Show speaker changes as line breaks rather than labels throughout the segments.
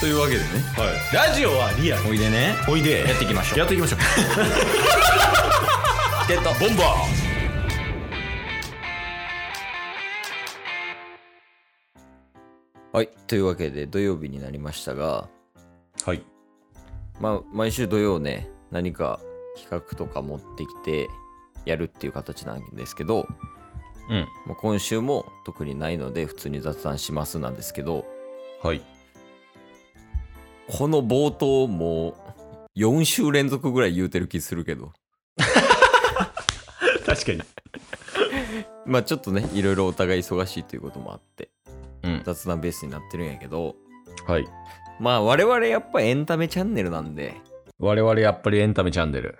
というわけでね
ラジオはリアル。
おいでね
おいで。
やっていきましょう
やっていきましょう。
ゲット
ボンバ
はいというわけで土曜日になりましたが
ーはい。
まあ毎週土曜ね何か企画とか持ってきてやるっていう形なんですけど、
うん。
まあ、今週も特にないので普通に雑談しますなんですけど
はい。
この冒頭もう4週連続ぐらい言うてる気するけど
確かに。
まあちょっとねいろいろお互い忙しいということもあって
うん。
雑談ベースになってるんやけど
はい。
まあ我々やっぱエンタメチャンネルなんで
我々やっぱりエンタメチャンネル。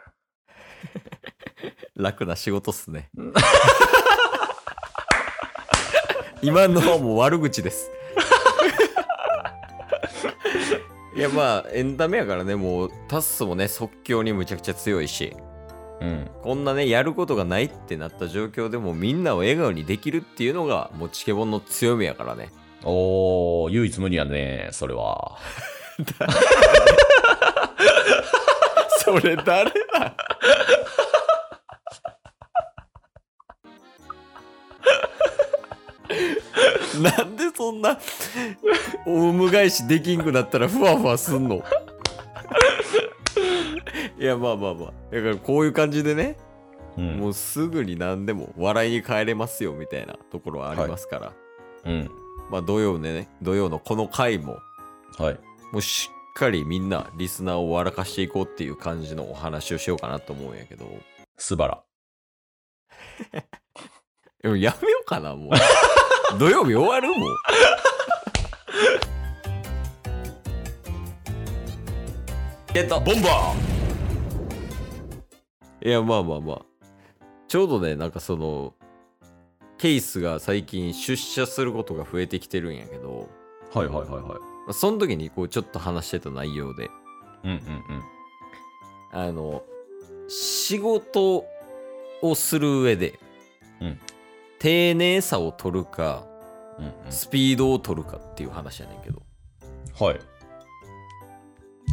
楽な仕事っすね 今のはもう悪口ですいやまあエンタメやからねもうタッスもね即興にむちゃくちゃ強いし
うん。
こんなねやることがないってなった状況でもみんなを笑顔にできるっていうのがもうチケボンの強みやからね
おー、唯一無二やね、それは。
それ誰だなんでそんなオウム返しできんくなったらふわふわすんの いやまあまあまあだからこういう感じでね、
うん
もうすぐに何でも笑いに変えれますよみたいなところはありますから、
うん。
まあ土曜ね土曜のこの回も
はい。
もうしっかりみんなリスナーを笑かしていこうっていう感じのお話をしようかなと思うんやけど
スバラ。
でもやめようかなも う土曜日終わるもんゲット
ボンバ
いやまあまあまあちょうどねなんかそのケイスが最近出社することが増えてきてるんやけど
ーはいはいはいは
ま
い。
あその時にこうちょっと話してた内容で
うんうん
あの仕事をする上で、
うん
丁寧さを取るか
うん。うんうん、
スピードを取るかっていう話やねんけど
はい。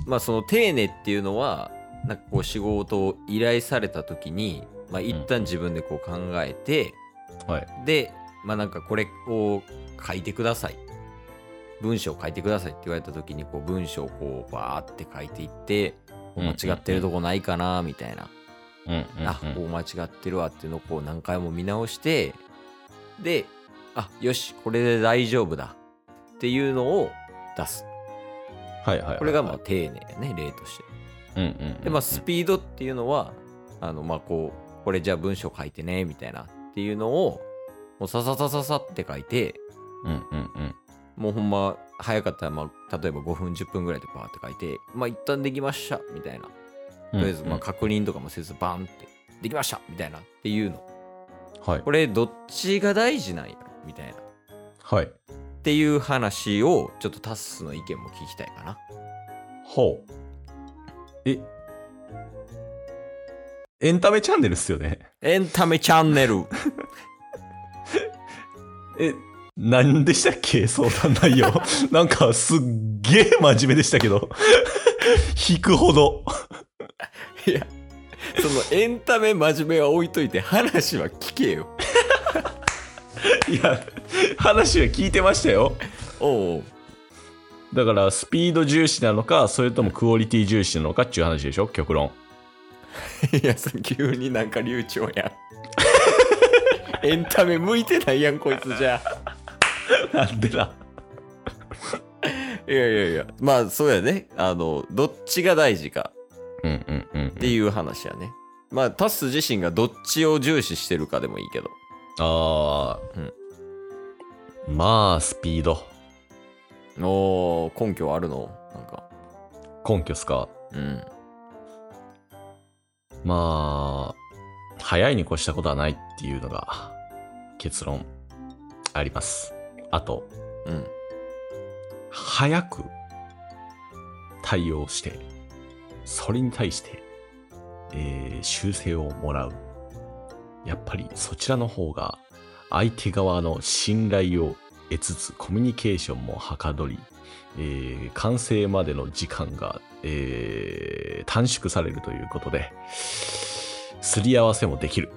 まあその丁寧っていうのはなんかこう仕事を依頼された時に、まあ、一旦自分でこう考えて、
はい。
でまあなんかこれを書いてください文章を書いてくださいって言われた時にこう文章をこうバーって書いていって
うん
間違ってるとこないかなみたいな
うんうん、うん。
あこう間違ってるわっていうのをこう何回も見直してであよしこれで大丈夫だっていうのを出す
はいはいはい。
これがまあ、丁寧やね例として
うんうんうんうん。
でまあスピードっていうのはあのまあこうこれじゃあ文章書いてねみたいなっていうのをもうさささささって書いて
うんうんうん。
もうほんま早かったらまあ例えば5分10分ぐらいでバーって書いてまあ一旦できましたみたいなと
と
りあえずまあ確認とかもせずバンってできましたみたいなっていうの
はい。
これどっちが大事なんやろみたいな。っ
はい。
ていう話をちょっとタッスの意見も聞きたいかな。
ほう。えエンタメチャンネルっすよね。
エンタメチャンネル
え、何でしたっけ相談内 容。なんかすっげえ真面目でしたけど。引くほど。
いや、 そのエンタメ真面目は置いといて話は聞けよ。
いや、話は聞いてましたよ。
おう
だからスピード重視なのか、それともクオリティ重視なのかっていう話でしょ極論。
いや、そ急になんか流暢やん。 エンタメ向いてないやん、こいつじゃあ。
なんでな。
いやいやいや、まあそうやね。あの、どっちが大事か
うんうんうんうん
っ。ていう話やね。まあタス自身がどっちを重視してるかでもいいけど。
ああ、まあ、スピード。
おー、根拠はあるのなんか。
根拠っすか。
うん。
まあ、早いに越したことはないっていうのが結論あります。あと、
うん。
早く対応して、それに対して、えー修正をもらう。やっぱりそちらの方が相手側の信頼を得つつコミュニケーションもはかどり、えー完成までの時間が、えー短縮されるということですり合わせもできる、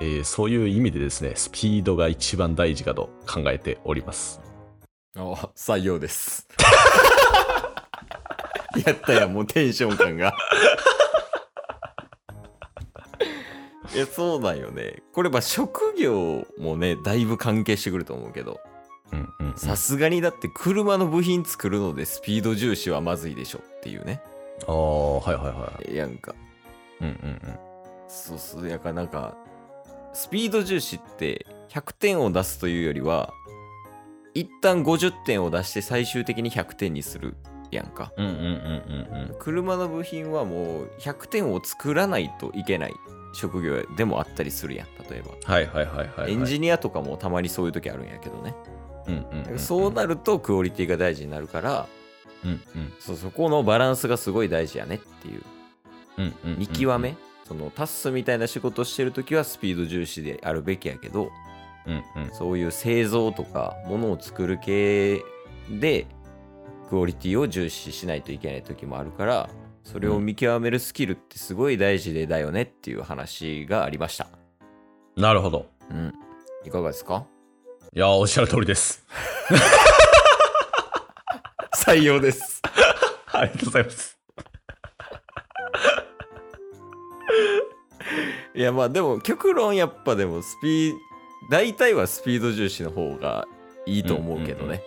えーそういう意味でですねスピードが一番大事かと考えております
あ採用ですやったやんもうテンション感がいやそうなんよねこれまあ職業もねだいぶ関係してくると思うけど
うんうんうん
さすがにだって車の部品作るのでスピード重視はまずいでしょっていうね
ああはいはいはい
やんか
うんうん
そうそうやからなんかスピード重視って100点を出すというよりは一旦50点を出して最終的に100点にするやんか
うんうんうんうんうんうん
車の部品はもう100点を作らないといけない職業でもあったりするやん例えば、
はいはいはいはい、はい、
エンジニアとかもたまにそういう時あるんやけどね、
うんうんうんうん
そうなるとクオリティが大事になるから
うんうん
そうそこのバランスがすごい大事やねっていう
うんうんうん
見極め、そのタッスみたいな仕事をしてる時はスピード重視であるべきやけど
うんうん
そういう製造とか物を作る系でクオリティを重視しないといけない時もあるからそれを見極めるスキルってすごい大事でだよねっていう話がありました。
なるほど
うん、いかがですか
いやーおっしゃる通りです
採用です。
ありがとうございます
いやまあでも極論やっぱでもスピ大体はスピード重視の方がいいと思うけどね、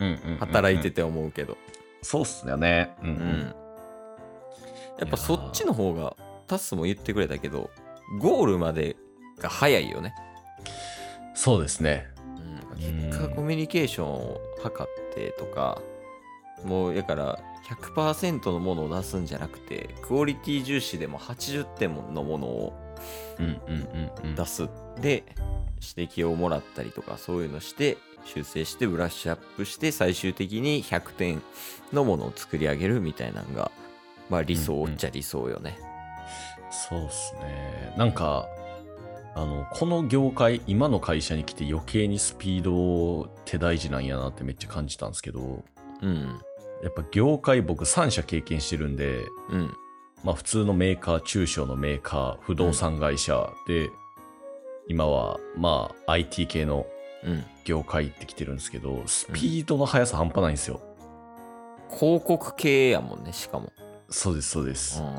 うんうんうんうんうんうん
働いてて思うけど、
そうっすよねうんう
うん
ん
やっぱそっちの方がタッスも言ってくれたけどゴールまでが早いよね
そうですね
結果コミュニケーションを図ってとかもうやから100%のものを出すんじゃなくてクオリティ重視でも80点のものを
うんうんうんうん
出すで指摘をもらったりとかそういうのして修正してブラッシュアップして最終的に100点のものを作り上げるみたいなのがまあ理想っちゃ理想よね。
そうっすねなんかあのこの業界今の会社に来て余計にスピードって大事なんやなってめっちゃ感じたんですけど
うん、
やっぱ業界僕3社経験してるんで
うん、
まあ普通のメーカー、中小のメーカー、不動産会社で、今はまあ IT 系の
うん。
業界行ってきてるんですけど、スピードの速さ半端ないんですよ。
広告系やもんねしかも。
そうです、そうです
う、ん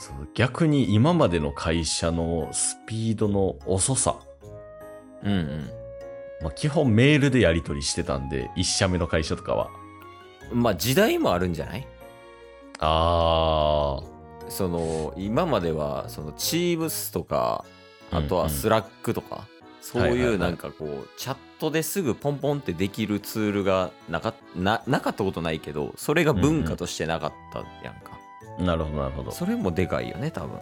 そう逆に今までの会社のスピードの遅さ、
うんうん
まあ基本メールでやり取りしてたんで、1社目の会社とかは。
まあ時代もあるんじゃない
あ
その今まではそのチームスとか
うん
あ
うん
とはスラックとか、そう
はいはい
い
は
う
い
なんかこうチャットですぐポンポンってできるツールがなかななかったことないけどそれが文化としてなかったやんか、
ー、なるほど、なるほど。
それもでかいよね多分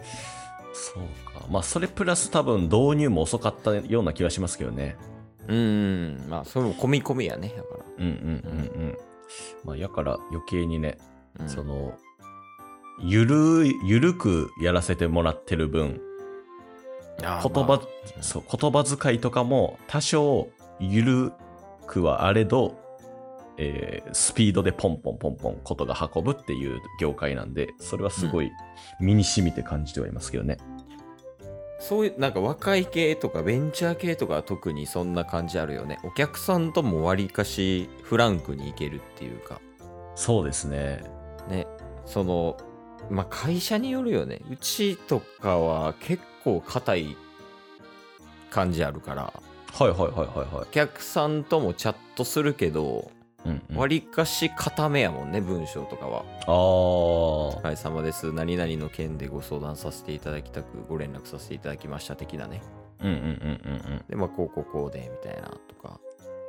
そうか。まあそれプラス多分導入も遅かったような気はしますけどね。
うんうんまあそれも込み込みやねだか
うんうんうんうん。まあ、やから余計にね、
ら、うん
その、ゆるい、ゆるくやらせてもらってる分、
あ
言
ー
葉、
まあ
そう、言葉遣いとかも多少ゆるくはあれど、えースピードでポンポンポンポンことが運ぶっていう業界なんで、それはすごい身に染みて感じてはいますけどね。
そういうなんか若い系とかベンチャー系とかは特にそんな感じあるよねお客さんともわりかしフランクにいけるっていうか
そうですね。
ねそのまあ会社によるよねうちとかは結構硬い感じあるから
はいはいはいはいは
お。
い
客さんともチャットするけど
うん、うん。
わりかし硬めやもんね文章とかは「
あ
お
ー。
疲れ様です何々の件でご相談させていただきたくご連絡させていただきました」的なね
うんうんうんうんうん。
でまあこうこうこうでみたいなとか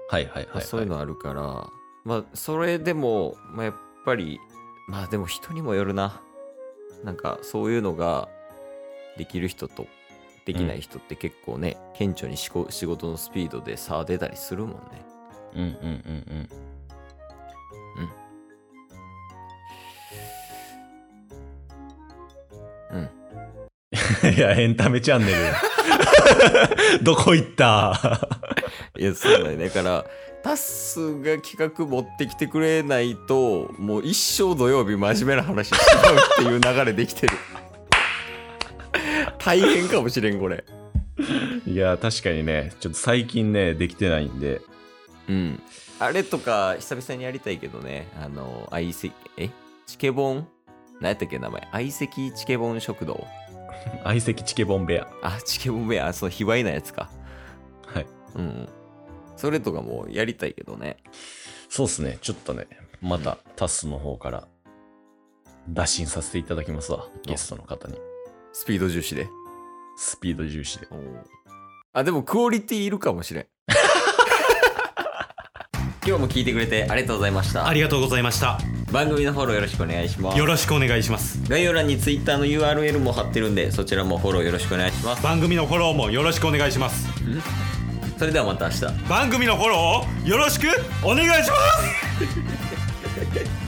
はいはいはい、
まあそういうのあるから、まあそれでも、まあ、やっぱりまあでも人にもよるななんかそういうのができる人とできない人って結構ね、顕著にしこ仕事のスピードで差出たりするもんね
うんうんうんうん。
うん
いや、エンタメチャンネルや。どこ行った
いやそうだよねだからタッスが企画持ってきてくれないともう一生土曜日真面目な話しちゃうっていう流れできて る大変かもしれんこれ
いや、確かにね、ちょっと最近ね、できてないんで、
うんあれとか久々にやりたいけどねあの相席えチケボン何やったっけ名前相席チケボン食堂
相席チケボン部屋。
あチケボン部屋あその卑猥なやつか
はい。
うんうんそれとかもやりたいけどね
そうっすね、ちょっとね、またタスの方から打診させていただきますわ、ゲストの方に。
スピード重視で
スピード重視で。
あでもクオリティいるかも しれん今日も聞いてくれてありがとうございました
ありがとうございました
番組のフォローよろしくお願いします
よろしくお願いします
概要欄に Twitter の URL も貼ってるんでそちらもフォローよろしくお願いします
番組のフォローもよろしくお願いします
それではまた明日
番組のフォローをよろしくお願いします